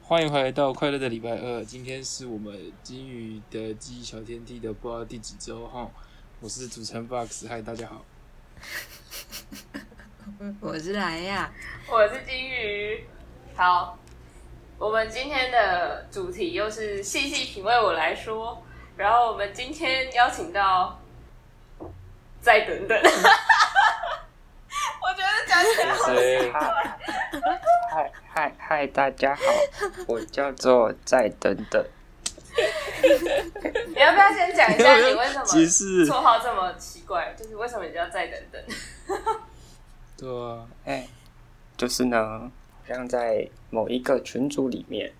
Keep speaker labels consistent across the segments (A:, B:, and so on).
A: 欢迎回到快乐的礼拜二，今天是我们金鱼的记忆小天地的不知道第几周哈，我是主持人 Box，嗨，大家好。
B: 我是莱呀，
C: 我是金鱼。好，我们今天的主题又是细细品味我来说。然后我们今天邀请到，再等等，我觉得讲起来好
D: 就是
A: 啊
D: 嗨嗨嗨嗨，大家好，我叫做再等等。
C: 你要不要先讲一下你为什
A: 解
C: 么
A: 释？
C: 绰号这么奇怪？就是为什么你叫再等等？
A: 对啊，
D: 哎、就是呢，好像在某一个群组里面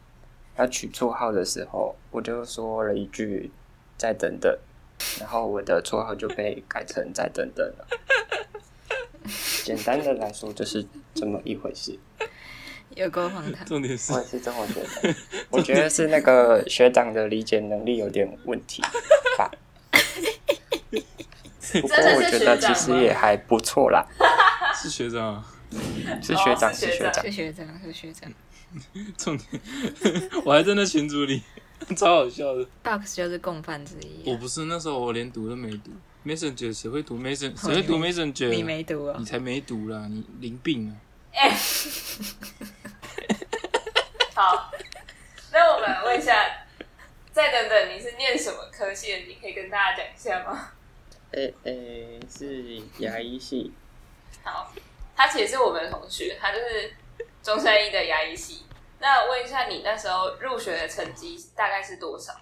D: 要取绰号的时候，我就说了一句“再等等”，然后我的绰号就被改成“再等等”了。简单的来说，就是这么一回事。
B: 有够荒唐。
A: 重点是
D: 我也是这么觉 得。我觉得是那个学长的理解能力有点问题吧。不过我觉得其实也还不错啦，
A: 是学长啊，
D: 是学长
C: 哦是
D: 是
C: 学
D: 学长
C: 长，
B: 是学长，是学长。
A: 重点 我还在那群组里， 超好笑的。
B: Box 就是共犯之一
A: 我
B: 啊、
A: 不是那时候我连读都没读，Mason 姐谁会读 Mason？谁会读 Mason 姐？
B: 你没读哦
A: 你？才没读啦，你淋病啊！
C: 好，那我们问一下，再等等，你是念什么科系的？你可以跟大家讲一下吗？
D: 诶诶，是牙医系，
C: 好，他其实是我们的同学，他就是中山医的牙医系。那问一下，你那时候入学的成绩大概是多少？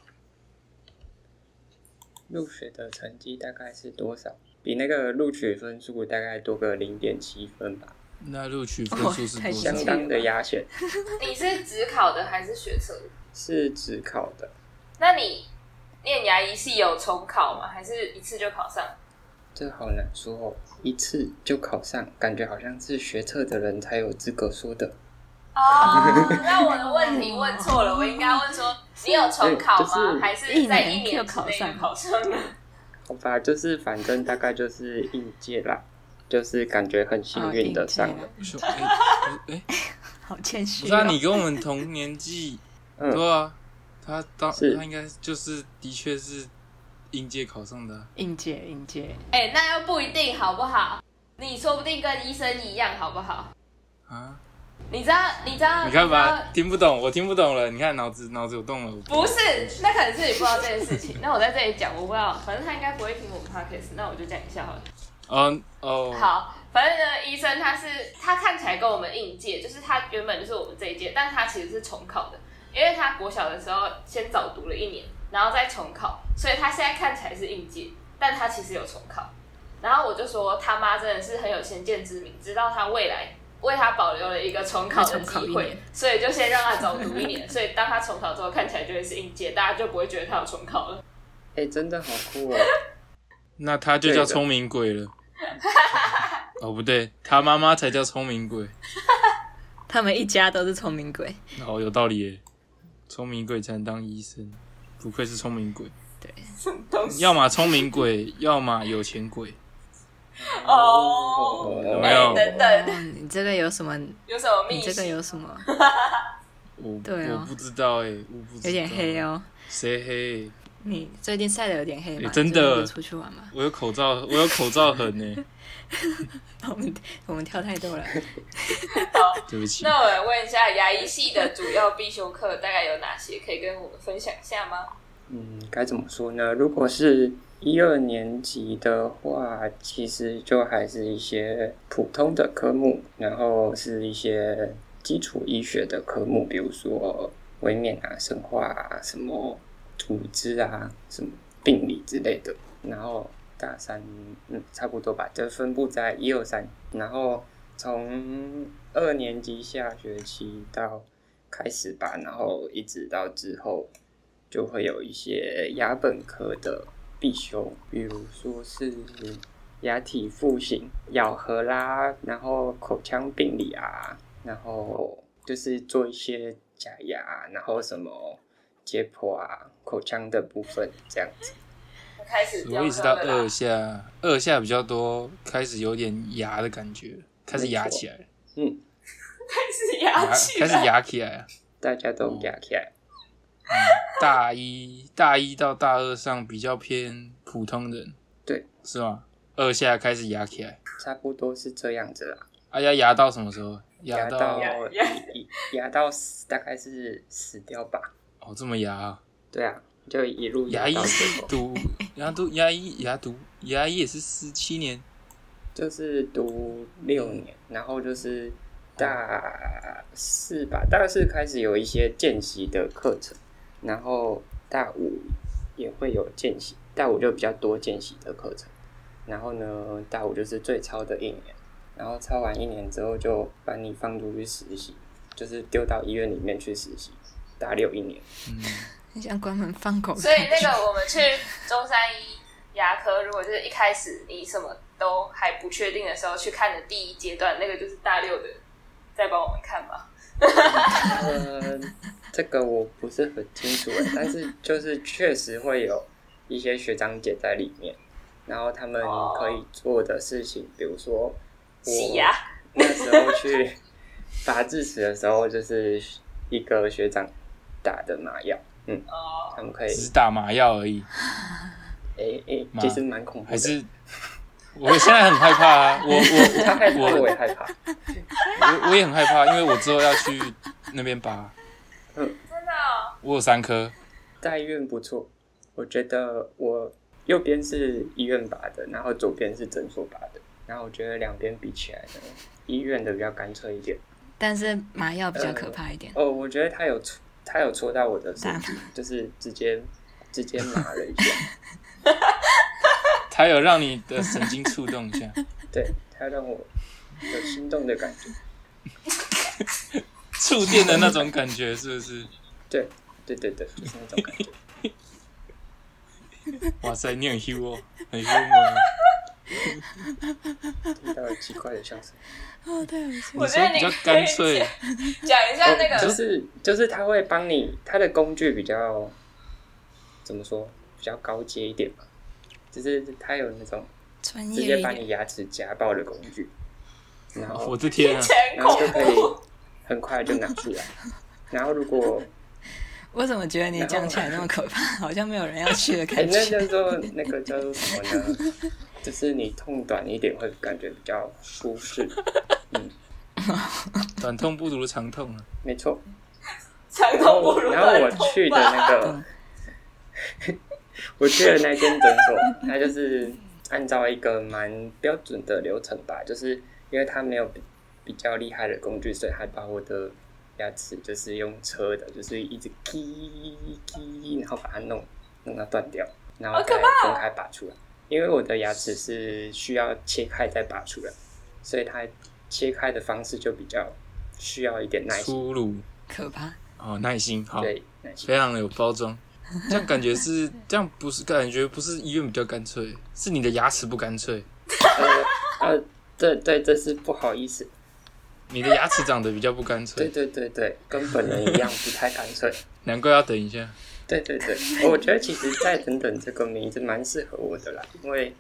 D: 入学的成绩大概是多少？比那个录取分数大概多个零点七分吧，
A: 那录取分数是多
B: 哦太
A: 少
B: 详
D: 相
B: 细？
D: 当的压选，
C: 你是只考的还是学测？
D: 是只考的，
C: 那你念牙医系有重考吗？还是一次就考上？
D: 这好难说哦，一次就考上，感觉好像是学测的人才有资格说的。
C: 哦，那我的问题问错了，我应该问说你有重考
D: 对就
C: 吗？
D: 是
C: 还是在一
B: 一年就
C: 年之
B: 考
C: 内
B: 上
C: 就考上了？
D: 好吧，就是反正大概就是应届啦，就是感觉很
B: 哦
D: 幸运的上了。
A: 我说哎不是哎，
B: 好谦
A: 不
B: 虚、哦
A: 是啊，你跟我们同年纪，
D: 嗯，
A: 对啊，他当
D: 是
A: 他应该就是的确是应届考上的啊、
B: 应届应届，
C: 哎、那又不一定好不好？你说不定跟医生一样好不好？
A: 啊！
C: 你知道？你知道？
A: 你看
C: 知道
A: 吧，听不懂，我听不懂了。你看脑子脑子有动了，
C: 不是，那可能是你不知道这件事情。那我在这里讲，我不知道，反正他应该不会听我们 podcast，那我就讲一下好了。
A: 嗯哦，
C: 好，反正呢，医生他是他看起来跟我们应届，就是他原本就是我们这一届，但他其实是重考的，因为他国小的时候先早读了一年，然后再重考，所以他现在看起来是应届，但他其实有重考。然后我就说他妈真的是很有先见之明，知道他未来为他保留了一个 重考的
B: 重考一
C: 机
B: 年
C: 会，所以就先让他早读一年，所以当他重考之后看起来就会是应届，大家就不会觉得他有重考了。
D: 哎、真的好酷哦！
A: 那他就叫聪明鬼了。 哦，不对，他妈妈才叫聪明鬼。
B: 他们一家都是聪明鬼。
A: 哦，有道理耶，聪明鬼才能当医生，不愧是聪明鬼。
C: 什么东西？
A: 要么聪明鬼，要么有钱鬼。
C: 哦，
A: 有
D: 有
A: 没有
C: 哎等等，
B: 哦，你这个有什么？你
C: 有什么秘
B: 这个
C: 辛？
B: 有什么？
A: 我、
B: 对啊
A: 我不知道哎，我不知道。
B: 有点黑。哦。
A: 谁黑？
B: 你最近晒的有点黑吗？
A: 哎真的
B: 你最近有出去玩吗？
A: 我有口罩，我有口罩痕呢。
B: 我们我们跳太多 了。
A: 对不起。
C: 那我来问一下，牙医系的主要必修课大概有哪些？可以跟我们分享一下吗？
D: 嗯，该怎么说呢？如果是一二年级的话，其实就还是一些普通的科目，然后是一些基础医学的科目，比如说微面啊、生化啊、什么组织啊、什么病理之类的。然后大三，嗯，差不多吧，这分布在一二三。然后从二年级下学期到开始吧，然后一直到之后就会有一些牙本科的必修，比如说是牙体复形、咬合啦，然后口腔病理啊，然后就是做一些假牙，然后什么解剖啊、口腔的部分这样子。
C: 我开始
A: 我
C: 雕
A: 一直
C: 刻
A: 到
C: 了啦
A: 二下，二下比较多，开始有点牙的感觉，开始牙起来了，
D: 嗯，
C: 开始
A: 牙
C: 牙
A: 开
C: 起
A: 始
C: 来，
A: 牙起来了，啊嗯
D: 大家都压起来。
A: 大一大一到大二上比较偏普通人，
D: 对，
A: 是吗？二下开始压起来，
D: 差不多是这样子啦，
A: 啊要压到什么时候？
D: 压
A: 到
D: 到
C: 压
D: 一压到死大概是死掉吧，
A: 哦这么压、啊，
D: 对啊，就一路
A: 牙
D: 压
A: 医
D: 到最后，
A: 读牙读牙医牙读牙医也是十七年，
D: 就是读六年，然后就是大四吧，大四开始有一些见习的课程，然后大五也会有见习，大五就比较多见习的课程，然后呢，大五就是最超的一年，然后超完一年之后就把你放出去实习，就是丢到医院里面去实习，大六一年。
A: 嗯，
B: 很像关门放狗的
C: 所以
B: 感
C: 那
B: 觉。
C: 个我们去中山医牙科，如果就是一开始你什么都还不确定的时候去看的第一阶段，那个就是大六的在帮我们看吧。
D: 呃，这个我不是很清楚欸，但是就是确实会有一些学长姐在里面，然后他们可以做的事情，比如说
C: 哦洗
D: 我
C: 牙，
D: 那时候去拔智齿的时候，就是一个学长打的麻药，嗯，
C: 哦，
D: 他们可以，
A: 只是打麻药而已，
D: 诶诶，
A: 麻
D: 其实蛮恐怖
A: 还
D: 的，
A: 是我现在很害怕 啊，我我
D: 他害怕
A: 我
D: 我也害怕，
A: 我我也很害怕，因为我之后要去那边拔，
C: 真的、哦，
A: 我有三颗，
D: 大医院不错，我觉得我右边是医院拔的，然后左边是诊所拔的，然后我觉得两边比起来呢，医院的比较干脆一点。
B: 但是麻药比较可怕一点，
D: 哦，我觉得他有戳，他有戳到我的身
B: 打
D: 体，就是直接直接麻了一下，
A: 它有让你的神经触动一 下，
D: 对，他让我有心动的感觉，
A: 触电的那种感觉是不是？
D: 对，对对对，就是那种感觉。
A: 哇塞，你很 h 哦，很 h u 哦。
D: 听到了奇怪的笑 声，
B: 哦，太恶心
C: 我
A: 你
C: 觉得
A: 说
C: 你
A: 比较干
C: 可以
A: 脆
C: 讲，讲一下那
D: 哦就
C: 个
D: 是就是他会帮你，他的工具比较怎么说，比较高阶一点吧，就是他有那种。
B: 专
D: 直
B: 业
D: 接
B: 一
D: 把
B: 点。
D: 你牙齿夹爆的工具，然后
A: 我的天啊！
C: 全
D: 然后就
C: 恐
D: 可以
C: 怖，
D: 很快就拿出来。然后如果
B: 我怎么觉得你讲起来那么可 怕，好像没有人要去的
D: 哎、
B: 感
D: 那
A: 欸
B: 觉？
D: 叫做那个叫做什么呢？就是你痛短一点会感觉比较舒适，
A: 短痛不如长痛啊！
D: 没错。
C: 长
D: 然
C: 痛不
D: 后
C: 如
D: 哦然后
C: 短
D: 我
C: 痛
D: 去的
C: 吧。
D: 那个， 我去的那间诊所，它就是按照一个蛮标准的流程吧，就是因为它没有比比较厉害的工具，所以它把我的牙齿就是用车的，就是一直滴滴，然后把它弄弄到断掉，然后
C: 好可哦
D: 再分开拔出来。因为我的牙齿是需要切开再拔出来，所以它切开的方式就比较需要一点耐心，
A: 粗鲁
B: 可怕，
A: 哦，耐心好，
D: 对，耐心。
A: 非常的有包装。这样感觉是，这样不是感觉不是医院比较干脆，是你的牙齿不干脆，
D: 呃，呃，对对，这是不好意思，
A: 你的牙齿长得比较不干
D: 对
A: 脆，
D: 对对对，跟本人一样不太干脆。
A: 难怪要等一下。
D: 对对对，我觉得其实“再等等”这个名字蛮适合我的啦，因为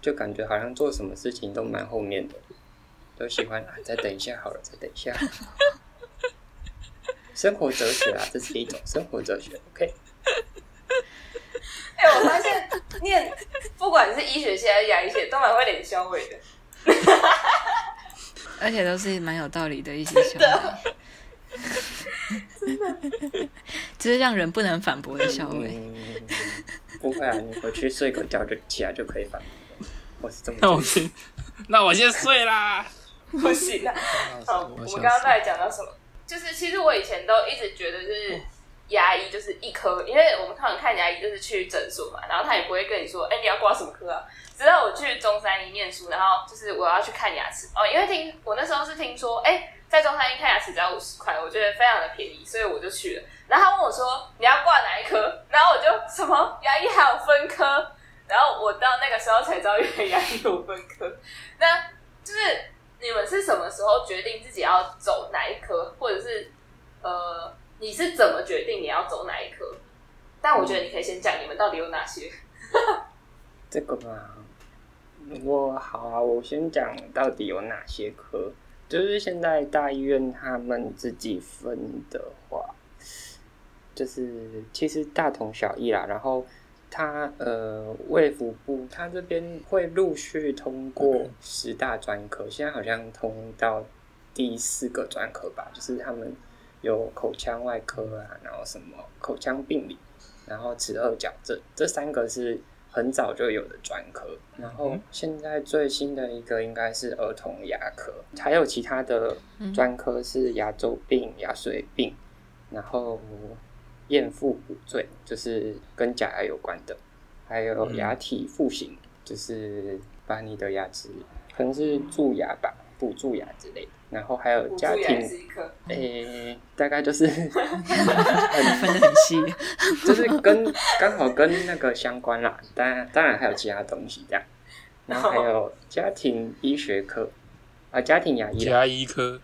D: 就感觉好像做什么事情都蛮后面的，都喜欢啊，再等一下好了，再等一下。生活哲学啊，这是一种生活哲学。OK，
C: 哎、我发现念不管是医学系还是牙医系，都蛮会脸消委的。
B: 而且都是蛮有道理的一些笑话， 就是让人不能反驳的笑味。
D: 嗯，不会啊，你回去睡个觉就起来就可以反驳我是这么觉
A: 那
D: 得
A: 我先， 那我先睡啦。
C: 不 行啊！哦，
A: 我
C: 我
A: 想
C: 们刚刚到底讲到什么？就是其实我以前都一直觉得，就是牙医就是一科，因为我们通常看牙医就是去诊所嘛，然后他也不会跟你说，哎、你要挂什么科啊？直到我去中山医念书，然后就是我要去看牙齿哦，因为听我那时候是听说，哎、在中山医看牙齿只要五十块，我觉得非常的便宜，所以我就去了。然后他问我说你要挂哪一科，然后我就什么牙医还有分科，然后我到那个时候才知道原来牙医有分科。那就是你们是什么时候决定自己要走哪一科，或者是呃，你是怎么决定你要走哪一科？但我觉得你可以先讲你们到底有哪些。
D: 这个嘛，我好啊，我先讲到底有哪些科。就是现在大医院他们自己分的话，就是其实大同小异啦。然后它呃，卫福部它这边会陆续通过十大专科，现在好像通到第四个专科吧，就是他们有口腔外科啊，然后什么口腔病理，然后齿颚矫正，这三个是很早就有的专科。然后现在最新的一个应该是儿童牙科，还有其他的
C: 嗯
D: 专科是牙周病、牙髓病，然后验腹补缀，就是跟假牙有关的，还有牙体复形，就是把你的牙齿可能是蛀牙吧，补蛀牙之类的。然后还有
C: 补
D: 嗯家
C: 助也
D: 庭
C: 是一科，
D: 诶、大概就是 很
B: 分得很细。
D: 就是跟刚好跟那个相关啦，当然当然还有其他东西这样，然后还有家庭医学科啊、家庭牙医啦，
A: 牙医科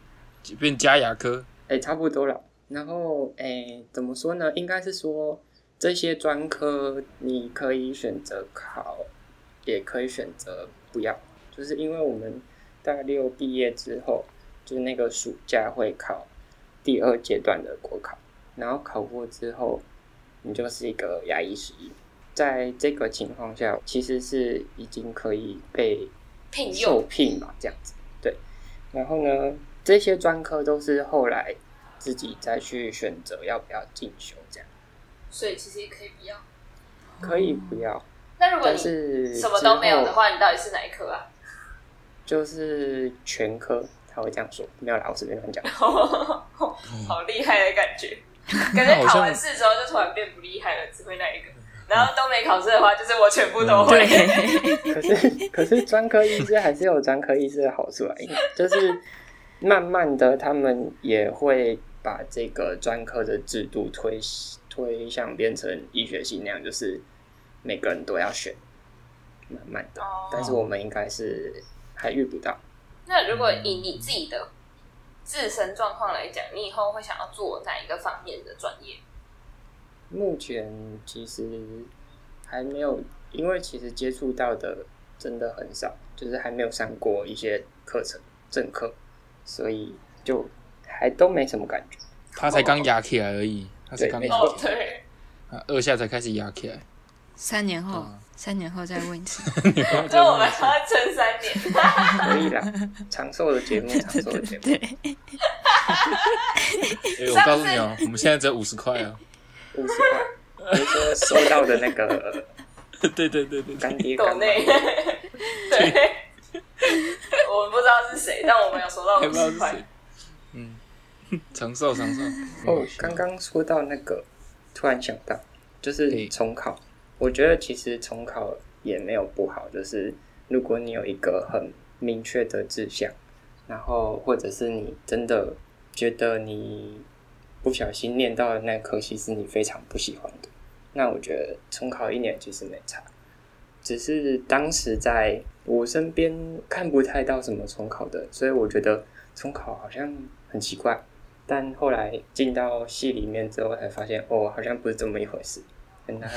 A: 变加牙科，
D: 哎、差不多了。然后哎、怎么说呢？应该是说这些专科你可以选择考，也可以选择不要，就是因为我们大六毕业之后，就是那个暑假会考第二阶段的国考，然后考过之后，你就是一个牙医师。在这个情况下，其实是已经可以被
C: 聘
D: 受
C: 用
D: 聘吧，这样子。对，然后呢，这些专科都是后来自己再去选择要不要进修，这样
C: 所以其实也可以不要。
D: 可以不要。
C: 那嗯如果
D: 但
C: 你什
D: 是
C: 么都没有的
D: 之后，
C: 话，你到底是哪一科 啊？
D: 就是全科，他会这样说，没有啦，我随便乱讲。
C: 好厉害的感 觉，感
A: 那好像
C: 觉考完试之后就突然变不厉害了，只会那一个。然后都没考试的话，就是我全部都会。
B: 对，
D: 可是 可是专科医师还是有专科医师的好处啊，因为就是慢慢的他们也会把这个专科的制度推推向变成医学系那样，就是每个人都要选，慢慢的
C: 哦。
D: 但是我们应该是还遇不到。
C: 那如果以你自己的自身状况来讲，你以后会想要做哪一个方面的专业？
D: 目前其实还没有，因为其实接触到的真的很少，就是还没有上过一些课程正课，所以就还都没什么感觉。
A: 他才刚牙起来而已，他才刚
D: 对没
A: 牙
D: 错
C: 哦，
A: 起来，
C: 对，
A: 他二下才开始牙 起来。
B: 三年后
A: 嗯，
B: 三年后再问一次。
A: 你不要
C: 所以
A: 再
C: 我们
A: 问
C: 还要撑三 年。
D: 可以啦， 长寿的节目，长寿的节目。
B: 对，
A: 哎我告诉你哦，我们现在只有五十块哦。
D: 五十块，你说收到的那个
A: 对对对对，对
D: 干爹
C: 抖
D: 干妈，
C: 内，对，我们不知道是谁，但我们有收到
A: 还
C: 五
A: 不知道
C: 十
A: 是
C: 块
A: 谁。。嗯，长寿长寿。
D: 哦，
B: 嗯
D: 刚刚说到那个，突然想到，就是
A: 对
D: 重考。我觉得其实重考也没有不好，就是如果你有一个很明确的志向，然后或者是你真的觉得你不小心念到的那科系是你非常不喜欢的，那我觉得重考一年其实没差。只是当时在我身边看不太到什么重考的，所以我觉得重考好像很奇怪。但后来进到系里面之后，才发现哦，好像不是这么一回事。原来，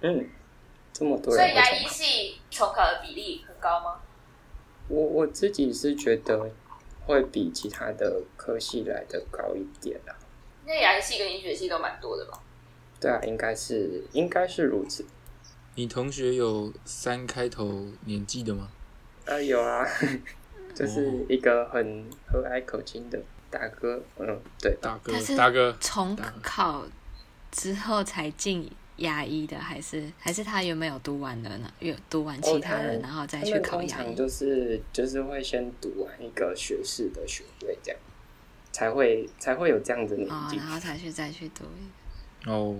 D: 嗯，这么多
C: 所
D: 人
C: 以
D: 会
C: 牙
D: 重
C: 医
D: 考。
C: 系重考的比例很高吗？
D: 我我自己是觉得会比其他的科系来的高一点啊。
C: 那牙医系跟医学系都蛮多的吧？
D: 对啊，应该是应该是如此。
A: 你同学有三开头年纪的吗？
D: 啊，有啊，
B: 哦
D: 就是一个很和蔼可亲的大哥。嗯，对，
A: 大哥
B: 但是，
A: 大哥，
B: 重
A: 大哥
B: 考之后才进牙医的，还是还是他有没有读完的呢？有读完其他的，
D: 哦
B: 然后再
D: 他
B: 去
D: 们
B: 考
D: 通
B: 牙
D: 常
B: 医。
D: 就是就是会先读完一个学士的学位，这样才会才会有这样子的年
B: 哦，
D: 纪。
B: 然后才去再去读。
A: 哦，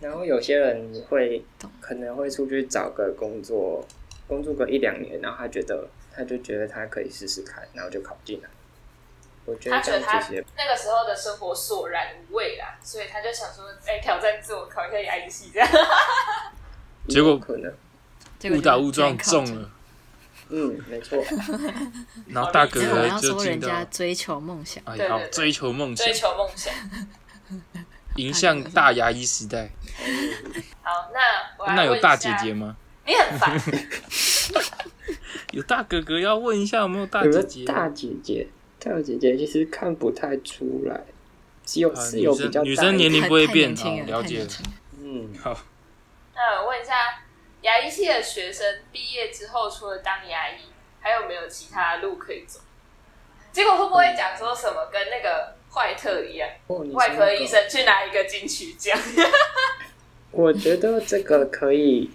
D: 然后有些人会
B: 懂
D: 可能会出去找个工作，工作个一两年，然后他觉得他就觉得他可以试试看，然后就考进来。我觉得
C: 他
D: 这
C: 觉得
D: 样
C: 他
D: 其实也
C: 那个时候的生活索然无味啦，所以他就想说，哎、挑战自我，考一下牙医系这样。
A: 结果
D: 有可能，
B: 结果
A: 误
B: 就
A: 打误
B: 直接
A: 撞
B: 考
A: 中了，
D: 嗯，没错，
A: 然后大哥
B: 没有。我要
A: 就
B: 说
A: 进
B: 人
A: 到
B: 家追求梦想，
A: 哎
C: 对
A: 好
C: 对对
A: 追求梦想
C: 追，求梦想。
A: 迎向大牙医时代。
C: 好，那我来
A: 那
C: 问
A: 有
C: 一
A: 大姐
C: 下
A: 姐，吗？
C: 你很烦，
A: 有大哥哥要问一下有没有大
D: 有个
A: 姐姐？
D: 大姐姐，大姐姐其实看不太出来，只有
A: 呃
D: 室
A: 女
D: 友比
A: 生
D: 较
A: 女
D: 大
A: 生
D: 一
A: 年
D: 点
A: 龄
B: 太
A: 不会
B: 太
A: 变
B: 年轻
A: 好了
B: 太
A: 解
B: 年轻
D: 嗯，
A: 好，
C: 那我问一下，牙医系的学生毕业之后，除了当牙医，还有没有其他路可以走？结果会不会讲说什么跟那个坏特一样，
D: 哦，你
C: 外
D: 说
C: 科
D: 那
C: 医
D: 个
C: 生去拿一个金曲奖？
D: 我觉得这个可以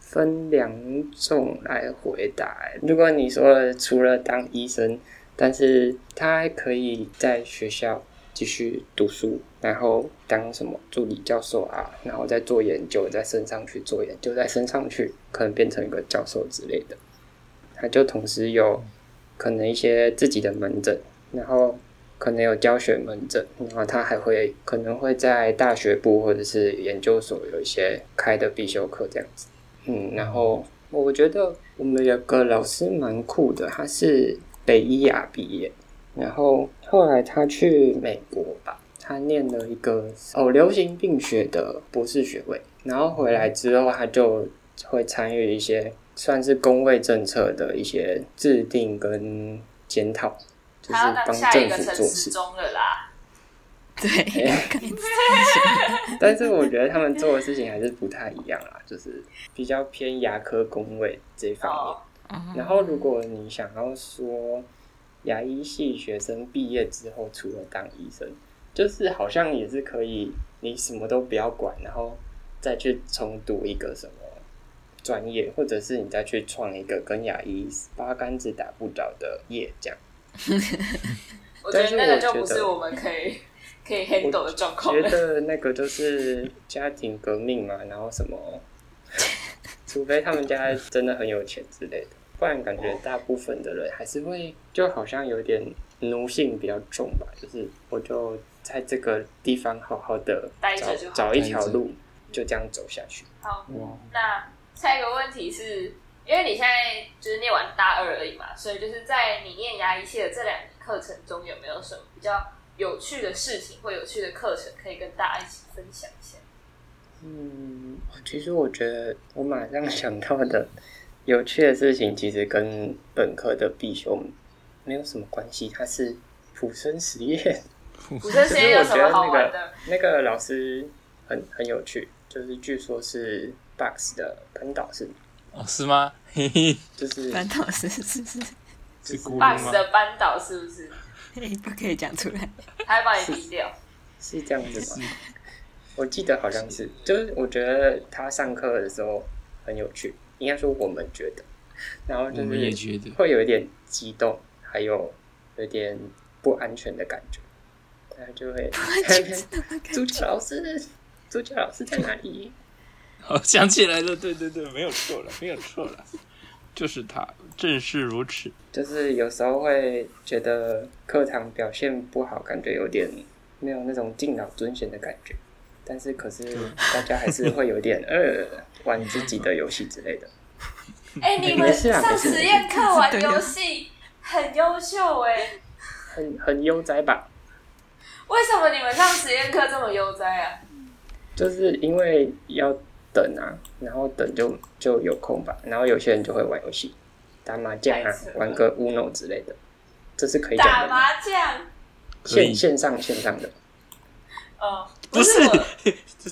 D: 分两种来回答欸。如果你说除了当医生，但是他还可以在学校继续读书，然后当什么助理教授啊，然后再做研究，再升上去做研究，再升上去，可能变成一个教授之类的。他就同时有可能一些自己的门诊，然后可能有教学门诊，然后他还会可能会在大学部或者是研究所有一些开的必修课这样子。嗯，然后我觉得我们有个老师蛮酷的，他是北医亚毕业，然后后来他去美国吧，他念了一个哦流行病学的博士学位，然后回来之后他就会参与一些算是工位政策的一些制定跟检讨，就是
C: 他要
D: 帮
C: 当下一
D: 政
C: 个
D: 府
C: 陈
D: 做
C: 时
D: 事。
C: 中了啦。
A: 哎
B: 对，
D: 但是我觉得他们做的事情还是不太一样啦，就是比较偏牙科工位这一方面。
C: 哦，
D: 然后，如果你想要说牙医系学生毕业之后，除了当医生，就是好像也是可以，你什么都不要管，然后再去重读一个什么专业，或者是你再去创一个跟牙医八竿子打不着的业，这样。
C: 我觉
D: 但是
C: 得那个就
D: 我觉
C: 不是
D: 得
C: 我们可以可以 handle 的状况
D: 觉
C: 了。
D: 得那个就是家庭革命嘛，然后什么， 除非他们家真的很有钱之类的，不然感觉大部分的人还是会就好像有点奴性比较重吧，就是我就在这个地方好好的
C: 待着就
D: 找
C: 好
D: 找一条
A: 待着
D: 路，就这样走下去。
C: 好，
A: 哇，
C: 那下一个问题是，因为你现在就是念完大二而已嘛，所以就是在你念牙医系的这两年课程中，有没有什么比较有趣的事情或有趣的课程可以跟大家一起分享一下？
D: 嗯，其实我觉得我马上想到的有趣的事情，其实跟本科的必修没有什么关系，它是普生实验。
C: 古生实验有什么好玩的？
D: 那个老师很很有趣，就是据说是 Box 的潘导师，
A: 哦是吗？嘿嘿，
D: 就是
B: 班导师是是，
A: 是孤零
C: Box
A: 吗？
C: 的班导是不是？
B: 你不可以讲出来。
C: 他会把你逼掉。
D: 是这样子吗？我记得好像是，就是我觉得他上课的时候很有趣，应该说我们觉得，然后
A: 我
D: 就
A: 们也
D: 是
A: 觉得，
D: 会有一点激动，还有有点不安全的感觉，他就会 足球老师，足球老师在哪里？
A: 好哦想起来了，对对对，没有错了，没有错了，就是他，正是如此。
D: 就是有时候会觉得课堂表现不好，感觉有点没有那种敬老尊贤的感觉。但是可是大家还是会有点呃玩自己的游戏之类的。
C: 哎、你
D: 没
C: 们
D: 事啊
C: 上
D: 没事
C: 实验课玩游戏很优秀哎、
D: 很很悠哉吧？
C: 为什么你们上实验课这么悠哉啊？
D: 就是因为要等啊，然后等就就有空吧，然后有些人就会玩游戏，打麻将
C: 太
D: 啊
C: 扯，了
D: 玩个 Uno 之类的，这是可以讲
C: 打
D: 的吗？
C: 麻将？
A: 可以
D: 线线上线上的，
C: 哦，
A: 不是
C: 我，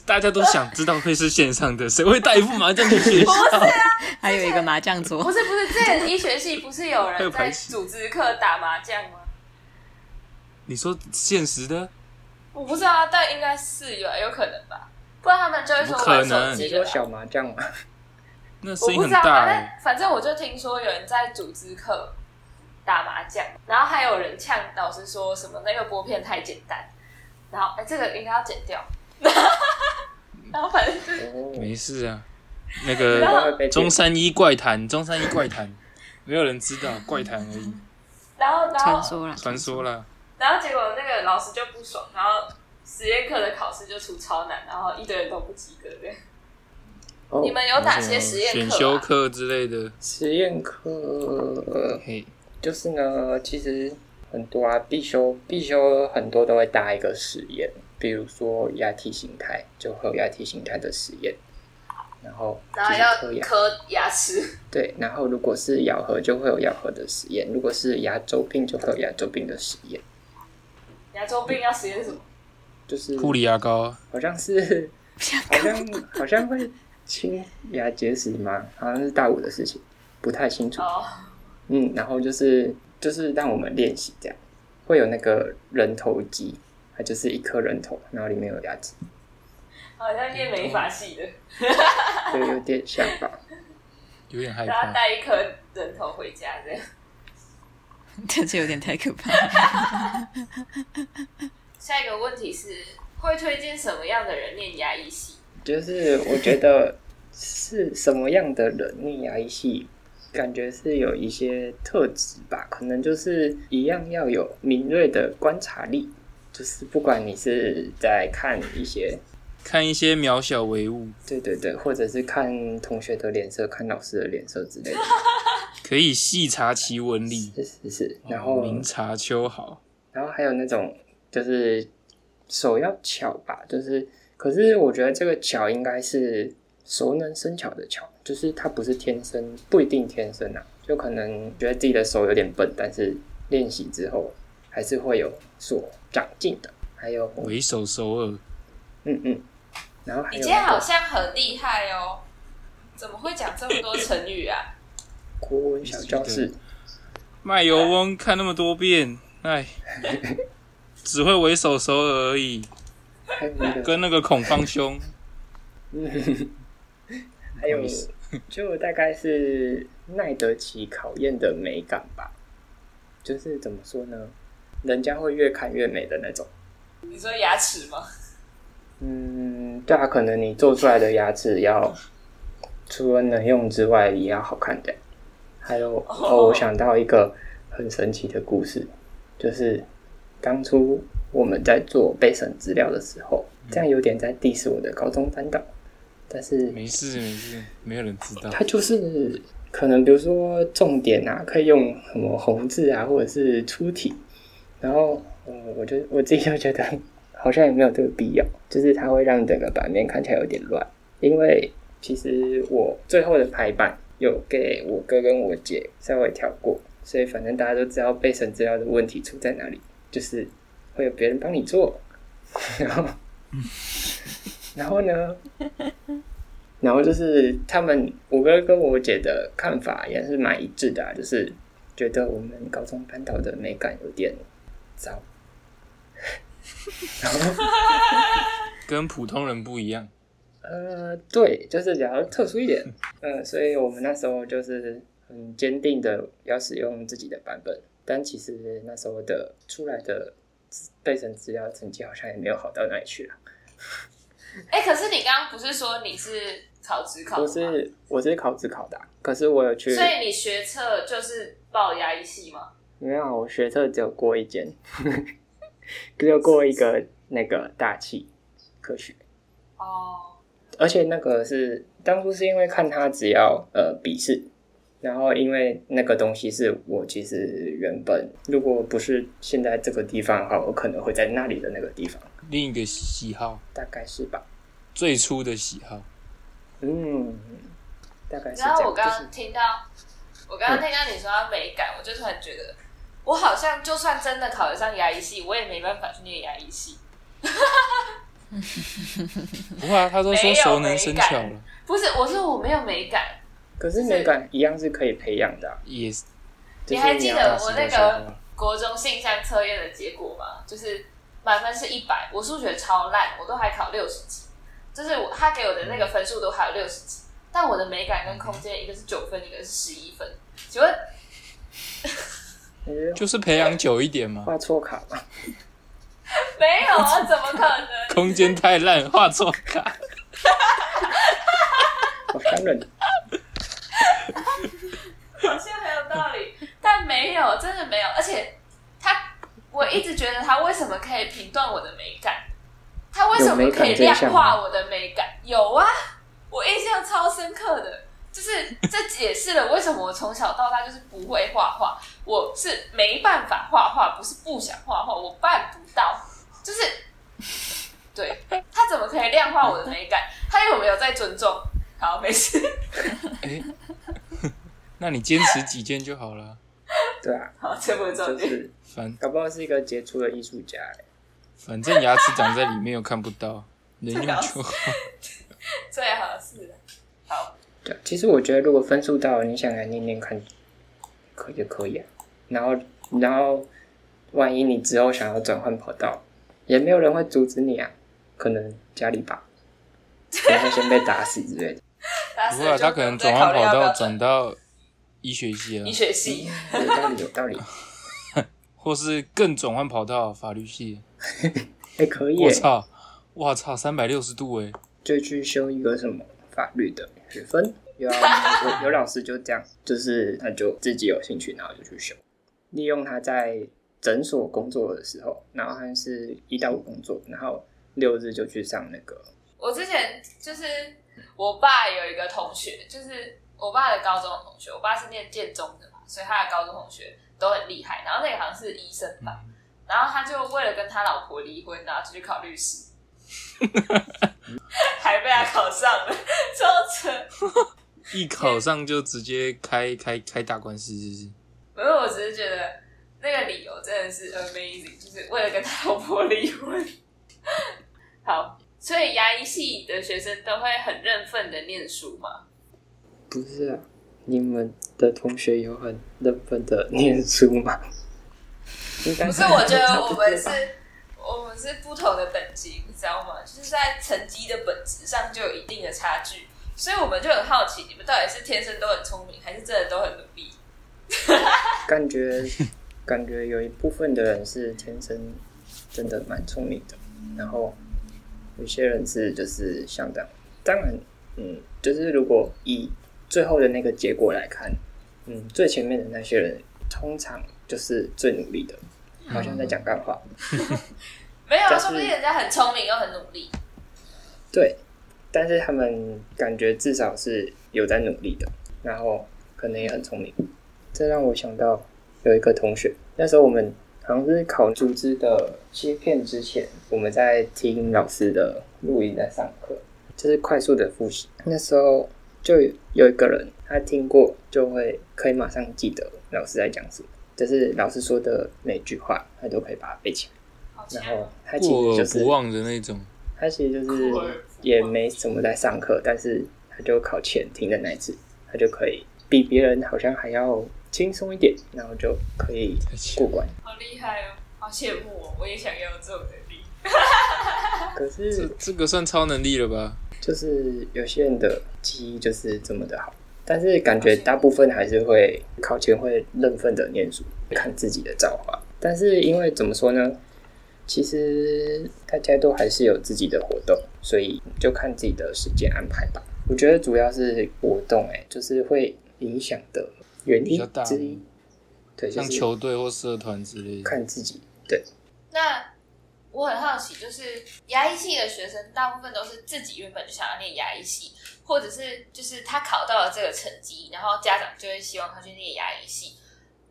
A: 大家都想知道会是线上的，谁会带一副麻将去学校？
C: 啊
B: 还有一个麻将桌
C: 不，是不是，之前医学系不是有
A: 还有
C: 人
A: 排
C: 在
A: 斥
C: 组织课打麻将吗？
A: 你说现实的，
C: 我不知道啊，但应该是有，有可能吧，不然他们就会说
A: 不可
C: 玩
A: 能
C: 手
D: 你
C: 机
D: 说
C: 了啊。
D: 小麻将嘛，
A: 那
C: 我
A: 声音
C: 不
A: 很
C: 知道，啊
A: 大
C: 反
A: 哎、
C: 正反正我就听说有人在组织课打麻将，然后还有人呛老师说什么那个拨片太简单，然后哎、这个应该要剪掉， 然后反正就是
D: 哦，
A: 没事啊。那
D: 不
A: 个
D: 然会被
A: 中
D: 电
A: 山一怪谈，中山一怪谈，没有人知道，怪谈而已，
C: 嗯然后然
B: 传
C: 后
B: 说了，
A: 传说啦。
C: 然后结果那个老师就不爽，然后实验课的考试就出超难，然后一堆人都不及格这样
D: 哦
C: 你们有哪些实验课、啊？
A: 选修课之类的，
D: 实验课
A: 嘿，
D: 就是呢，其实很多啊，必修必修很多都会搭一个实验，比如说压体形态，就会有压体形态的实验，然后
C: 然后
D: 就是
C: 要
D: 磕牙，
C: 磕牙 齿，
D: 啊对，然后如果是咬合就会有咬合的实验，如果是牙周病就会有牙周病的实验，
C: 牙周病要实验什么？
D: 就是
A: 护理牙膏，
D: 好像是
B: 不想
D: 好
B: 搞。
D: 像好像会清牙结石嘛，好像是大五的事情，不太清楚。
C: 哦，
D: 嗯，然后就是就是让我们练习这样，会有那个人头机，它就是一颗人头，然后里面有牙齿，
C: 好像念美法系的，
D: 嗯就有点像吧。
A: 有点害
C: 大家
A: 怕。
C: 带一颗人头回家这样。
B: 这就有点太可怕了。
C: 下一个问题是，会推荐什么样的人念牙医系？
D: 就是我觉得是什么样的人念牙医系，感觉是有一些特质吧，可能就是一样要有敏锐的观察力，就是不管你是在看一些。
A: 看一些渺小唯物，
D: 对对对，或者是看同学的脸色，看老师的脸色之类的，
A: 可以细察其文理，
D: 是是是。然后
A: 哦明察秋毫。
D: 然后还有那种就是手要巧吧，就是可是我觉得这个巧应该是熟能生巧的巧，就是它不是天生，不一定天生啊，就可能觉得自己的手有点笨，但是练习之后还是会有所长进的。还有，
A: 为首首尔，
D: 嗯嗯，然后还
C: 你
D: 有
C: 今天
D: 那
C: 好
D: 个
C: 像很厉害哦，怎么会讲这么多成语啊？
D: 国文小教室，
A: 卖油翁看那么多遍， 哎，只会为首首尔而已，
D: 还有那个，
A: 跟那个孔方兄，
D: 嗯 还
A: 不
D: 有
A: 好意思
D: 就大概是耐得起考验的美感吧，就是怎么说呢，人家会越看越美的那种。
C: 你说牙齿吗？
D: 嗯，对啊，可能你做出来的牙齿要除了能用之外，也要好看点。还有哦，我想到一个很神奇的故事，就是当初我们在做备审资料的时候，这样有点在 diss 我的高中班导，但是
A: 没事没事，没有人知道。
D: 它就是可能比如说重点啊，可以用什么红字啊，或者是粗体，然后呃，我就我自己就觉得好像也没有这个必要，就是它会让整个版面看起来有点乱，因为其实我最后的排版有给我哥跟我姐稍微调过，所以反正大家都知道备审资料的问题出在哪里，就是会有别人帮你做， 然后然后呢？然后就是他们，我哥跟我姐的看法也是蛮一致的、啊，就是觉得我们高中班导的美感有点糟。然后，
A: 跟普通人不一样，
D: 呃，对，就是比较特殊一点，嗯、所以我们那时候就是很坚定的要使用自己的版本，但其实那时候的出来的备审资料成绩好像也没有好到哪里去啊。
C: 哎、可是你刚刚不是说你是考职考的
D: 我
C: 吗？
D: 是我是考自考的啊、可是我有去，
C: 所以你学测就是报牙医系吗？
D: 没有，啊我学测只有过一间， 只有过一个那个大气科学，
C: 哦，
D: 而且那个是当初是因为看他只要呃笔试，然后因为那个东西是我其实原本如果不是现在这个地方的话，我可能会在那里的那个地方，
A: 另一个喜好，
D: 大概是吧，
A: 最初的喜好，
D: 嗯，大概
C: 你知
D: 是这样
C: 道。我刚
D: 就是嗯
C: 刚听到，我刚刚听到你说到美感，我就突然觉得，我好像就算真的考得上牙医系，我也没办法去念牙医系。
A: 不怕他都
C: 没
A: 说
C: 有
A: 熟
C: 美
A: 能生
C: 感
A: 巧了，
C: 不是，我是我没有美感。
D: 可是美感一样是可以培养的啊、
A: 也是
D: 就是
C: 你还
D: 要
C: 记
D: 让
C: 得我
D: 自己
C: 那
D: 的生
C: 个国中性向测验的结果吗？就是满分是一百，我数学超烂，我都还考六十几，就是我他给我的那
D: 嗯
C: 个分数都还有六十几，但我的美感跟空间一个是九分，一个是十一分。请问
D: 活
A: 就是培养久一点嘛。
D: 画错卡嘛？
C: 没有 啊？怎么可能？
A: 空间太烂，画错卡，
D: 好伤人。
C: 好像 很有道理，但没有，真的没有。而且他，我一直觉得他为什么可以评断我的美感？他为什么可以量化我的美感？有啊，我印象超深刻的，就是这解释了为什么我从小到大就是不会画画，我是没办法画画，不是不想画画，我办不到，就是。对他怎么可以量化我的美感？他有没有在尊重？好，没事。
D: 哎
A: 那你坚持己见就好了。
D: 对啊，
C: 好，这不是重
D: 就
C: 点。
D: 是
A: 反
D: 搞不好是一个杰出的艺术家欸、
A: 反正牙齿长在里面又看不到，能用
C: 最好
A: 就是好。
C: 最好是啊好，
D: 对，啊其实我觉得如果分数到了，你想来念念看，可也可以啊。然后，然后，万一你之后想要转换跑道，也没有人会阻止你啊。可能家里吧，可能会先被打死之类的。
C: 打
A: 不
C: 死
A: 会啊，
C: 了就
A: 他
C: 不
A: 可能
C: 用
A: 转
C: 再
A: 换
C: 考虑
A: 跑
C: 要不
A: 道
C: 要
A: 转到医学系啊
C: 医，学系，
D: 有道理，有道理。
A: 或是更转换跑道法律系。
D: 哎、可以耶
A: 我，操，我操，三百六十度哎！
D: 就去修一个什么法律的学分。有啊，有有老师就这样，就是他就自己有兴趣，然后就去修，利用他在诊所工作的时候，然后他是一到五工作，然后六日就去上那个
C: 我之前就是我爸有一个同学，就是我爸的高中同学，我爸是念建中的嘛，所以他的高中同学都很厉害。然后那个好像是医生吧，
A: 嗯
C: 然后他就为了跟他老婆离婚，然后就去考 律师，还被他考上了， 超扯。
A: 一考上就直接开 开开打官司，是不是？
C: 没有，我只是觉得那个理由真的是 amazing，就是为了跟他老婆离婚。 好，所以牙医系的学生都会很认份的念书嘛。
D: 不是啊，你们的同学有很认真的念书吗？应该
C: 不是，我觉得我们是，我们是不同的等级，你知道吗？就是在成绩的本质上就有一定的差距，所以我们就很好奇，你们到底是天生都很聪明，还是真的都很努力？
D: 感觉感觉有一部分的人是天生真的蛮聪明的，然后有些人是就是相当，当然，嗯，就是如果以最后的那个结果来看，嗯，最前面的那些人通常就是最努力的，好像在讲干话，
C: 没有，
D: 但
C: 啊，
D: 是
C: 说不定人家很聪明又很努力。
D: 对，但是他们感觉至少是有在努力的，然后可能也很聪明。这让我想到有一个同学，那时候我们好像是考组织的切片之前，我们在听老师的录音在上课，就是快速的复习。那时候就有一个人，他听过就会可以马上记得老师在讲什么，就是老师说的每句话，他都可以把它背起来。
C: 好强
D: 然！后他其
A: 过
D: 实就
A: 而
D: 是
A: 不忘的那种。
D: 他其实就是
C: 酷儿
D: 也没什么在上课，但是他就考前听的那一次，他就可以比别人好像还要轻松一点，然后就可以过关。
C: 好厉害哦，好羡慕哦！我也想要这种能力。
D: 可
A: 这
D: 是
A: 这个算超能力了吧？
D: 就是有些人的记忆就是这么的好，但是感觉大部分还是会考前会认份的念书，看自己的造化。但是因为怎么说呢，其实大家都还是有自己的活动，所以就看自己的时间安排吧。我觉得主要是活动、欸，就是会影响的原
A: 比
D: 因
A: 较大
D: 之一。对，就
A: 像
D: 是
A: 球队或社团之类的。
D: 看自己。对，
C: 那我很好奇，就是牙医系的学生大部分都是自己原本就想要念牙医系，或者是就是他考到了这个成绩，然后家长就会希望他去念牙医系，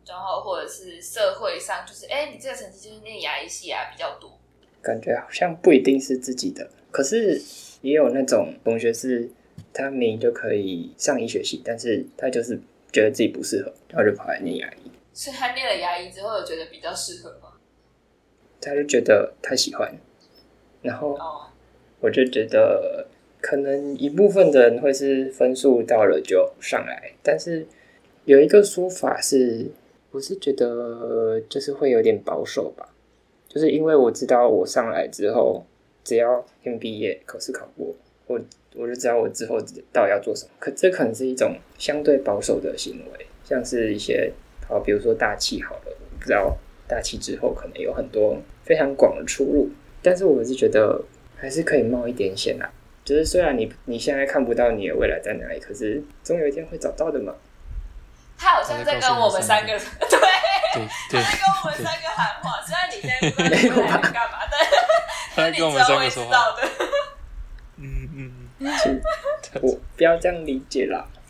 C: 然后或者是社会上就是哎、你这个成绩就是念牙医系啊比较多。
D: 感觉好像不一定是自己的，可是也有那种同学是，他明明就可以上医学系，但是他就是觉得自己不适合，然后就跑来念牙医，
C: 所以他念了牙医之后，有觉得比较适合吗？
D: 他就觉得他喜欢，然后
C: 哦，
D: 我就觉得可能一部分的人会是分数到了就上来，但是有一个说法是，我是觉得就是会有点保守吧，就是因为我知道我上来之后，只要 MBA 考试考过，我我就知道我之后到底要做什么。可这可能是一种相对保守的行为，像是一些好，比如说大气好了，我不知道大气之后可能有很多非常广的出路，但是我是觉得还是可以冒一点险啦。就是虽然你你现在看不到你的未来在哪里，可是总有一天会找到的嘛。
C: 他好像在跟我们三个人， 对，
A: 对 对
C: 他，在跟我们三个喊话。虽然你现在不知道你未来 在干嘛，但
A: 他
C: 但
A: 在
C: 你
A: 跟我
C: 知
A: 们
C: 道
A: 三
C: 我
A: 个
C: 也知
A: 说话。
C: 道的。
A: 嗯嗯，
D: 我不要这样理解啦。
A: 嗯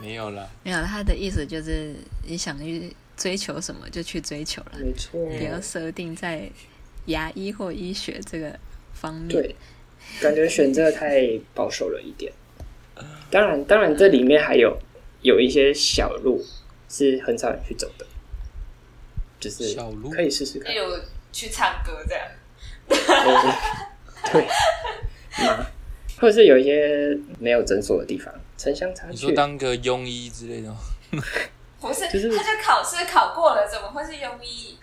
A: 没有啦，
B: 没有，他的意思就是你想去追求什么就去追求了，
D: 没错，
B: 不要设定在牙医或医学这个方面。
D: 对，感觉选择太保守了一点。当然，当然这里面还有有一些小路是很少人去走的，就是
A: 小路
D: 可以试试看
C: 例。如去唱歌这样。
D: 对，嗯或是有一些没有诊所的地方，城乡差
A: 你说
D: 距。
A: 当个庸医之类的吗，
C: 不是，
D: 就是
C: 他就考试考过了，怎么会是庸医？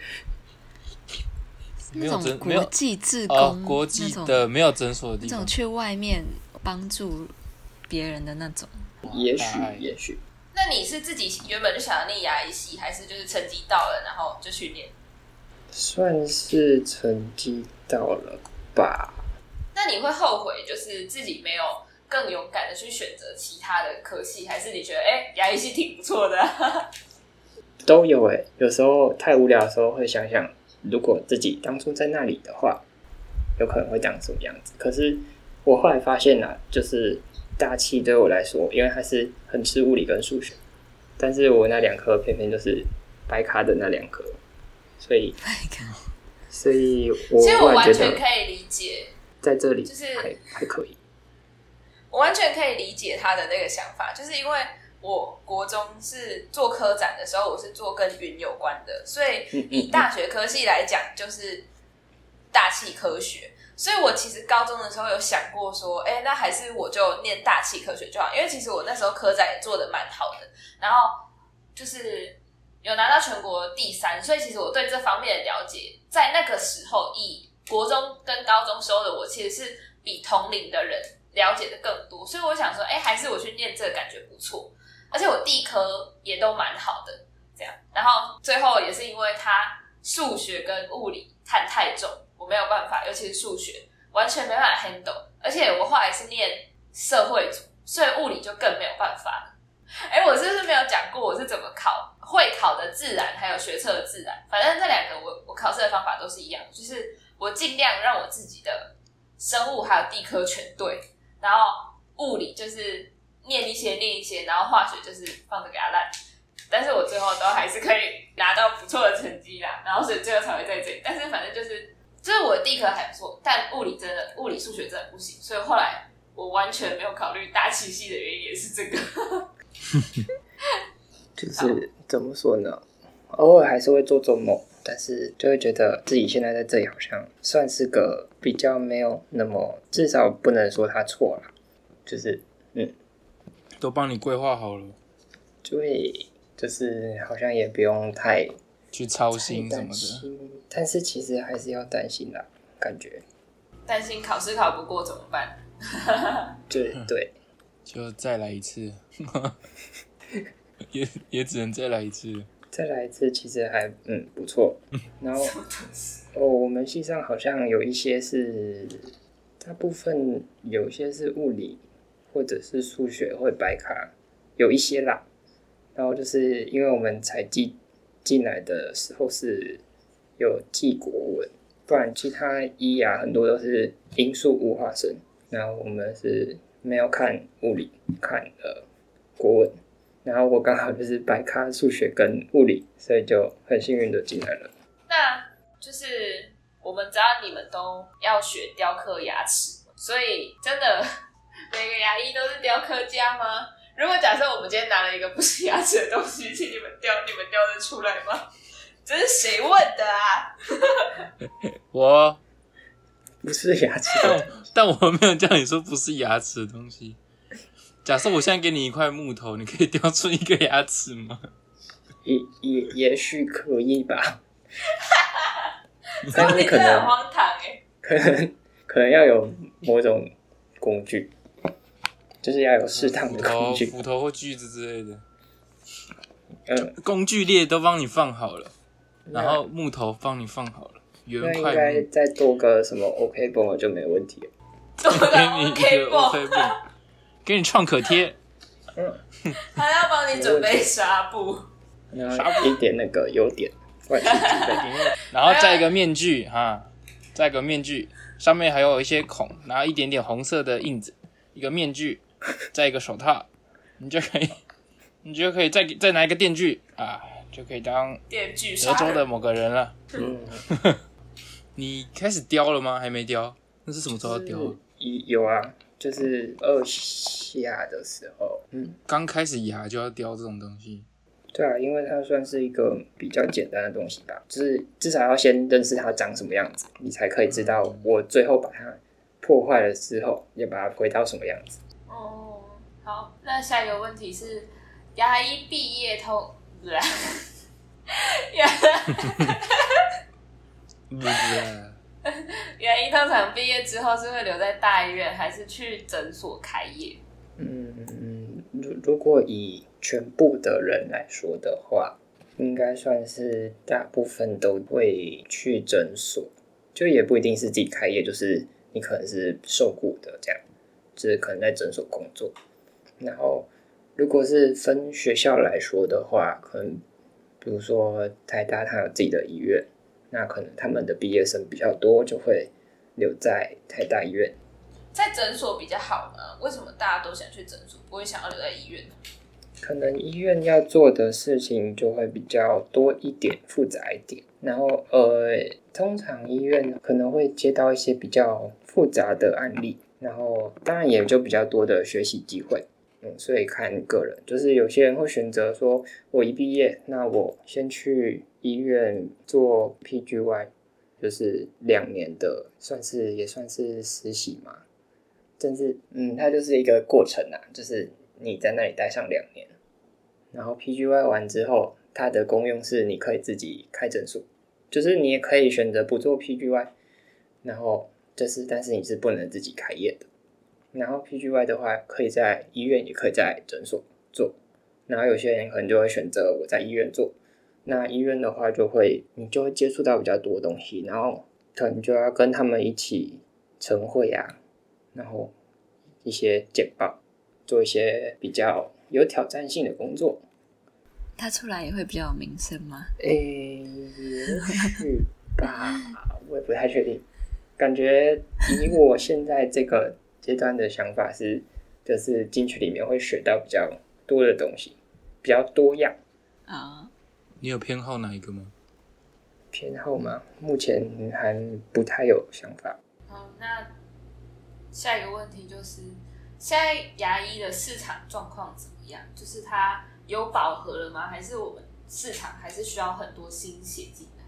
A: 没
B: 那
A: 有诊
B: 种
A: 没
B: 国
A: 有
B: 际志
A: 哦
B: 工，，
A: 国际
B: 那种
A: 的没有诊所的
B: 那
A: 地
B: 种
A: 方，
B: 去外面帮助别人的那种。
D: 也许
A: 大爱，
D: 也许
C: 那你是自己原本就想要念牙医系，还是就是成绩到了然后就去念？
D: 算是成绩到了吧。
C: 那你会后悔就是自己没有更勇敢的去选择其他的科系，还是你觉得哎、牙医系挺不错的、啊
D: 都有诶、有时候太无聊的时候会想想，如果自己当初在那里的话，有可能会长什么样子。可是我后来发现啊，就是大气对我来说，因为它是很吃物理跟数学，但是我那两科偏偏就是白卡的那两科，所以所以 我
C: 其实
D: 忽
C: 我
D: 然
C: 完
D: 觉
C: 全
D: 得
C: 可以理解，
D: 在这里
C: 就是
D: 还还可以。
C: 我完全可以理解他的那个想法，就是因为我国中是做科展的时候，我是做跟云有关的，所以
D: 嗯
C: 以大学科系来讲，就是大气科学。所以我其实高中的时候有想过说，哎、那还是我就念大气科学就好，因为其实我那时候科展也做的蛮好的，然后就是有拿到全国第三，所以其实我对这方面的了解，在那个时候以国中跟高中时候的我，其实是比同龄的人了解的更多，所以我想说，哎、还是我去念这个感觉不错，而且我地科也都蛮好的，这样，然后最后也是因为他数学跟物理看太重，我没有办法，尤其是数学完全没办法 handle，而且我后来是念社会组，所以物理就更没有办法了。哎、我是不是没有讲过我是怎么考会考的自然，还有学测的自然？反正这两个我我考试的方法都是一样，就是我尽量让我自己的生物还有地科全对，然后物理就是念一些念一些，然后化学就是放着给它烂。但是我最后都还是可以拿到不错的成绩啦，然后所以最后才会在这里。但是反正就是，就是我的地科还不错，但物理真的物理数学真的不行，所以后来我完全没有考虑大气系的原因也是这个。
D: 就是怎么说呢？偶尔还是会做做梦，但是就会觉得自己现在在这里好像算是个比较没有那么，至少不能说他错了，就是
A: 都帮你规划好了，
D: 就会就是好像也不用太
A: 去操心什么
D: 担
A: 的。
D: 心，但是其实还是要担心啦，感觉
C: 担心考试考不过怎么办？
D: 对
A: 嗯
D: 对，
A: 就再来一次， 也也只能再来一次。
D: 再来一次其实还嗯不错，然后哦，我们系上好像有一些是，大部分有一些是物理或者是数学会白卡，有一些啦。然后就是因为我们采集进来的时候是有记国文，不然其他一呀、很多都是因数物化生。然后我们是没有看物理，看了国文。然后我刚好就是白卡数学跟物理，所以就很幸运的进来了。
C: 那就是我们知道你们都要学雕刻牙齿，所以真的 每个牙医都是雕刻家吗？如果假设我们今天拿了一个不是牙齿的东西，请你们雕，你们雕得出来吗？这是谁问的啊？
A: 我，
D: 不是牙齿的
A: 但我但我没有叫你说不是牙齿的东西。假设我现在给你一块木头，你可以雕出一个牙齿吗？
D: 也也也许可以吧，
C: 然
D: 但
C: 后
D: 是
C: 你
D: 可
C: 真的很
D: 能
C: 荒唐哎、
D: 可能可能要有某种工具，就是要有适当
A: 斧
D: 的工
A: 头、
D: 具。
A: 斧头或锯子之类的
D: 嗯，
A: 工具列都帮你放好了，
D: 那
A: 然后木头帮你放好了，
D: 那
A: 圆
D: 应
A: 块
D: 该
A: 木
D: 再多个什么 OK 绷就没问题了。
C: 做
A: 给
C: 到
A: 你一
C: OK
A: 个
C: 不？
A: OK 布，给你创可贴，
D: 嗯，
C: 他要帮你准备纱布，
D: 然后一点那个优点，外形具备
A: 然后再一个面 具哈，再一个面具，上面还有一些孔，然后一点点红色的印子，一个面具，再一个手套，你就可以， 你就可以再给再拿一个电锯啊，就可以当
C: 电锯
A: 德
C: 杀
A: 州
C: 人。
A: 的某个人了。
D: 嗯，
A: 你开始雕了吗？还没雕？那是什么时候雕啊？
D: 一有啊，就是二下的时候，嗯，
A: 刚开始牙就要雕这种东西，
D: 对啊，因为它算是一个比较简单的东西吧，就是至少要先认识它长什么样子，你才可以知道我最后把它破坏了之后，要把它回到什么样子。
C: 哦，好，那下一个问题是，牙医毕业通， 不是啊牙
A: 啊
C: 牙医通常毕业之后是会留在大医院，还是去诊所开业？
D: 嗯嗯，如如果以全部的人来说的话，应该算是大部分都会去诊所，就也不一定是自己开业，就是你可能是受雇的这样，就是可能在诊所工作。然后如果是分学校来说的话，可能比如说台大它有自己的医院，那可能他们的毕业生比较多，就会留在台大医院。
E: 在诊所比较好呢？为什么大家都想去诊所，不会想要留在医院呢？
D: 可能医院要做的事情就会比较多一点，复杂一点。然后呃，通常医院可能会接到一些比较复杂的案例，然后当然也就比较多的学习机会。嗯，所以看个人，就是有些人会选择说，我一毕业，那我先去医院做 PGY，就是两年的，算是也算是实习嘛。但是，嗯，它就是一个过程啊，就是你在那里待上两年，然后 PGY 完之后，它的功用是你可以自己开诊所，就是你也可以选择不做 PGY，然后就是但是你是不能自己开业的。然后 PGY 的话，可以在医院，也可以在诊所做。然后有些人可能就会选择我在医院做。那医院的话，就会你就会接触到比较多东西，然后可能就要跟他们一起晨会啊，然后一些简报，做一些比较有挑战性的工作。
B: 他出来也会比较有名声吗？
D: 诶，也许吧，我也不太确定。感觉以我现在这个阶段的想法是，就是进去里面会学到比较多的东西，比较多样。
B: 啊、
A: 你有偏好哪一个吗？
D: 偏好嘛，目前还不太有想法。
C: 好，那下一个问题就是，现在牙医的市场状况怎么样？就是它有饱和了吗？还是我们市场还是需要很多新血进来？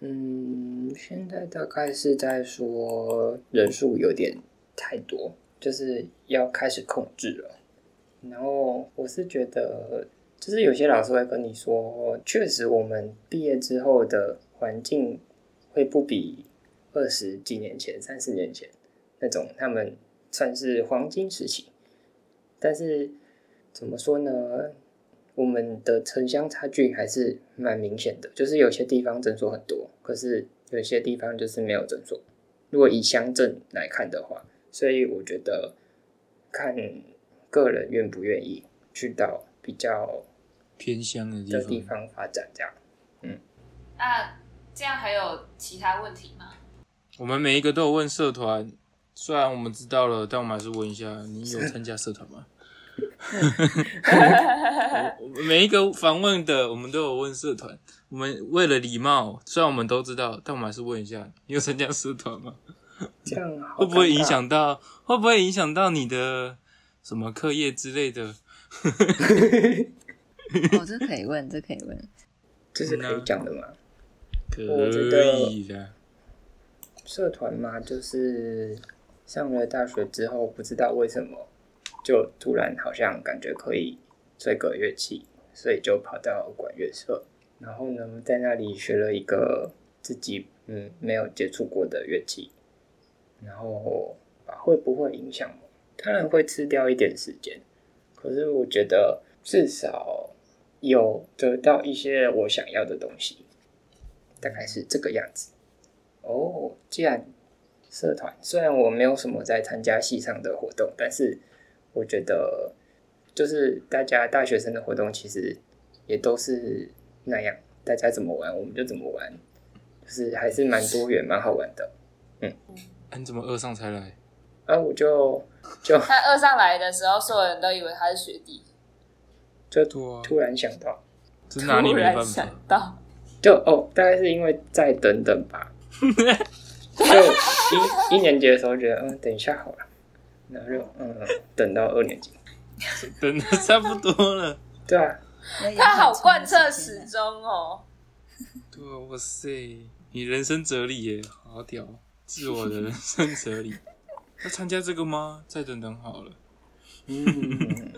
D: 嗯，现在大概是在说人数有点太多，就是要开始控制了。然后我是觉得，就是有些老师会跟你说，确实我们毕业之后的环境会不比二十几年前、三十年前那种他们算是黄金时期。但是怎么说呢？我们的城乡差距还是蛮明显的，就是有些地方诊所很多，可是有些地方就是没有诊所。如果以乡镇来看的话，所以我觉得看个人愿不愿意去到比较
A: 偏乡的
D: 的地
A: 地方。
D: 方发展这样。
C: 那这样还有其他问题吗？
A: 我们每一个都有问社团，虽然我们知道了，但我们还是问一下，你有参加社团吗？
D: 呃
A: 我我每一个访问的，我们都有问社团。我们为了礼貌，虽然我们都知道，但我们还是问一下，你有参加社团吗？
D: 这样好
A: 会不会
D: 尴尬
A: 影？响到？会不会影响到你的什么课业之类的？
B: 哦，这可以问，这可以 问。
D: 这是可以讲的吗？
A: 可
D: 我觉得
A: 以的。
D: 社团嘛，就是上了大学之后，不知道为什么就突然好像感觉可以吹个乐器，所以就跑到管乐社，然后呢，在那里学了一个自己嗯没有接触过的乐器，然后啊会不会影响我？当然会吃掉一点时间，可是我觉得至少有得到一些我想要的东西，大概是这个样子。哦，既然社团，虽然我没有什么在参加系上的活动，但是我觉得就是大家大学生的活动其实也都是那样，大家怎么玩我们就怎么玩，就是还是蛮多元、蛮好玩的。
A: 啊你怎么二上才来？
D: 啊，我就 就
C: 他二上来的时候，所有人都以为他是学弟，
D: 就
A: 对啊
D: 突然想到，
A: 这哪里
C: 突
A: 没
C: 然
A: 办法
C: 想？到，
D: 就哦，大概是因为再等等 吧。就一一年级的时候觉得，嗯，等一下好了，然后就嗯，等到二年级，
A: 等的差不多了。
D: 对啊，
B: 那也
C: 他好
B: 很长
C: 贯彻
B: 的时间了
C: 始终哦。
A: 对啊，哇塞，你人生哲理耶，好屌，自我的人生哲理。 要参加这个吗？再等等好了。
D: 嗯，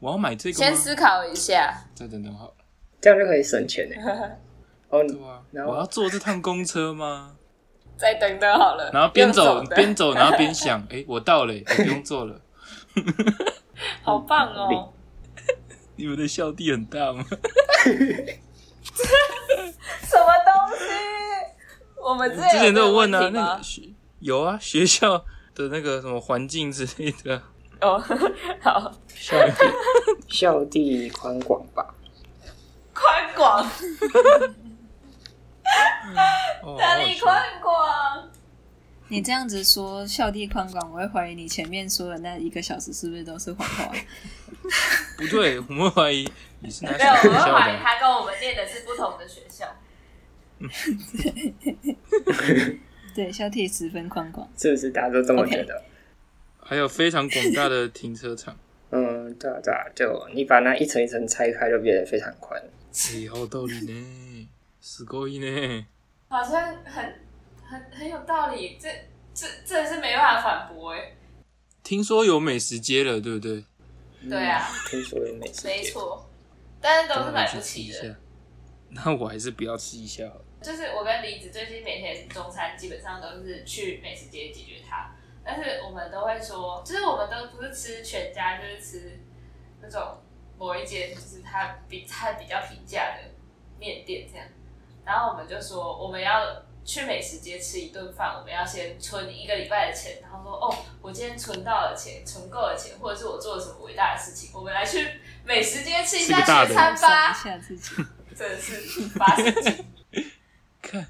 A: 我要买这个
C: 先
A: 吗？
C: 思考一下，
A: 再等等好了。
D: 这样就可以省钱呢。哦，
A: 对啊，
D: 然后
A: 我要坐这趟公车吗？
C: 再等等好了。
A: 然后边
C: 用
A: 走
C: 的
A: 边走，然后边想， 哎、我到了、我不用坐了。
C: 好棒哦！
A: 你们的校地很大吗？
C: 什么东西？我们之
A: 之前
C: 前
A: 都有问
C: 呢、
A: 啊，那个学有啊， 学校的那个什么环境之类 的，
C: 哦，好
D: 校地校地宽广吧，
C: 宽广，
A: 哦、
C: 哪里
A: 好好笑
C: 宽 广？
B: 你这样子说校地宽广，我会怀疑你前面说的那一个小时是不是都是谎 话？
A: 不对，我们怀疑你是哪所
C: 没有，我
A: 学
C: 们
A: 校
C: 怀疑
A: 的？
C: 他跟我们念的是不同的学校。
B: 对，校地十分宽广。
D: 是不是大家都这么觉得？
A: 还有非常广大的停车场，
D: 嗯，对啊对啊，就你把那一层一层拆开，就变得非常宽。
A: 哎，好有道理呢，すごい呢。
C: 好像很很很有道理，这这真的是没办法反驳哎、
A: 听说有美食街了，对不对？
C: 对啊，
D: 嗯听说有美食街
C: 没，错，但是都
A: 那
C: 是
A: 我
C: 买
A: 们
C: 不
A: 去吃
C: 起
A: 一
C: 的。
A: 下。那我还是不要吃一下好了。
C: 就是我跟李子最近每天中餐基本上都是去美食街解决它，但是我们都会说，就是我们都不是吃全家，就是吃那种某一间就是它比它比较平价的面店这样。然后我们就说我们要去美食街吃一顿饭，我们要先存一个礼拜的钱，然后说哦，我今天存到了钱，存够了钱，或者是我做了什么伟大的事情，我们来去美食街吃一下
A: 吃个大的
C: 全餐
B: 爽一
C: 吧，
B: 下自己，
C: 真的是发神经。
A: 看，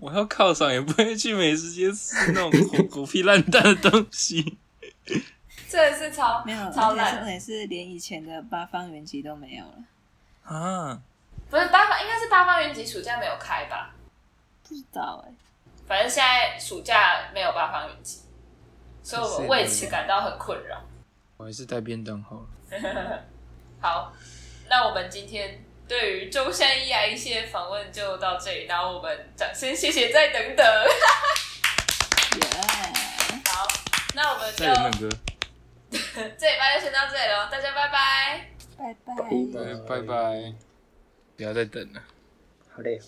A: 我要犒赏也不会去美食街吃那种狗狗屁烂蛋的东西。
C: 真的是超
B: 没有，
C: 超
B: 而且重
C: 烂，
B: 点是连以前的八方云集都没有了。
A: 啊，
C: 不是八方，应该是八方云集暑假没有开吧？
B: 不知道哎、
C: 反正现在暑假没有八方云集，所以我们为
A: 是
C: 此
A: 的
C: 感到很困扰。
A: 我还是带便当好了。
C: 好，那我们今天对于中山一啊一系列访问就到这里，然后我们掌声谢谢再等等。
B: 耶
C: 好，那我们就
A: 再有那个，
C: 这礼拜就先到这里喽，大家拜拜。
B: 拜拜。
D: 拜
A: 拜拜，不要再等了。
D: 好嘞。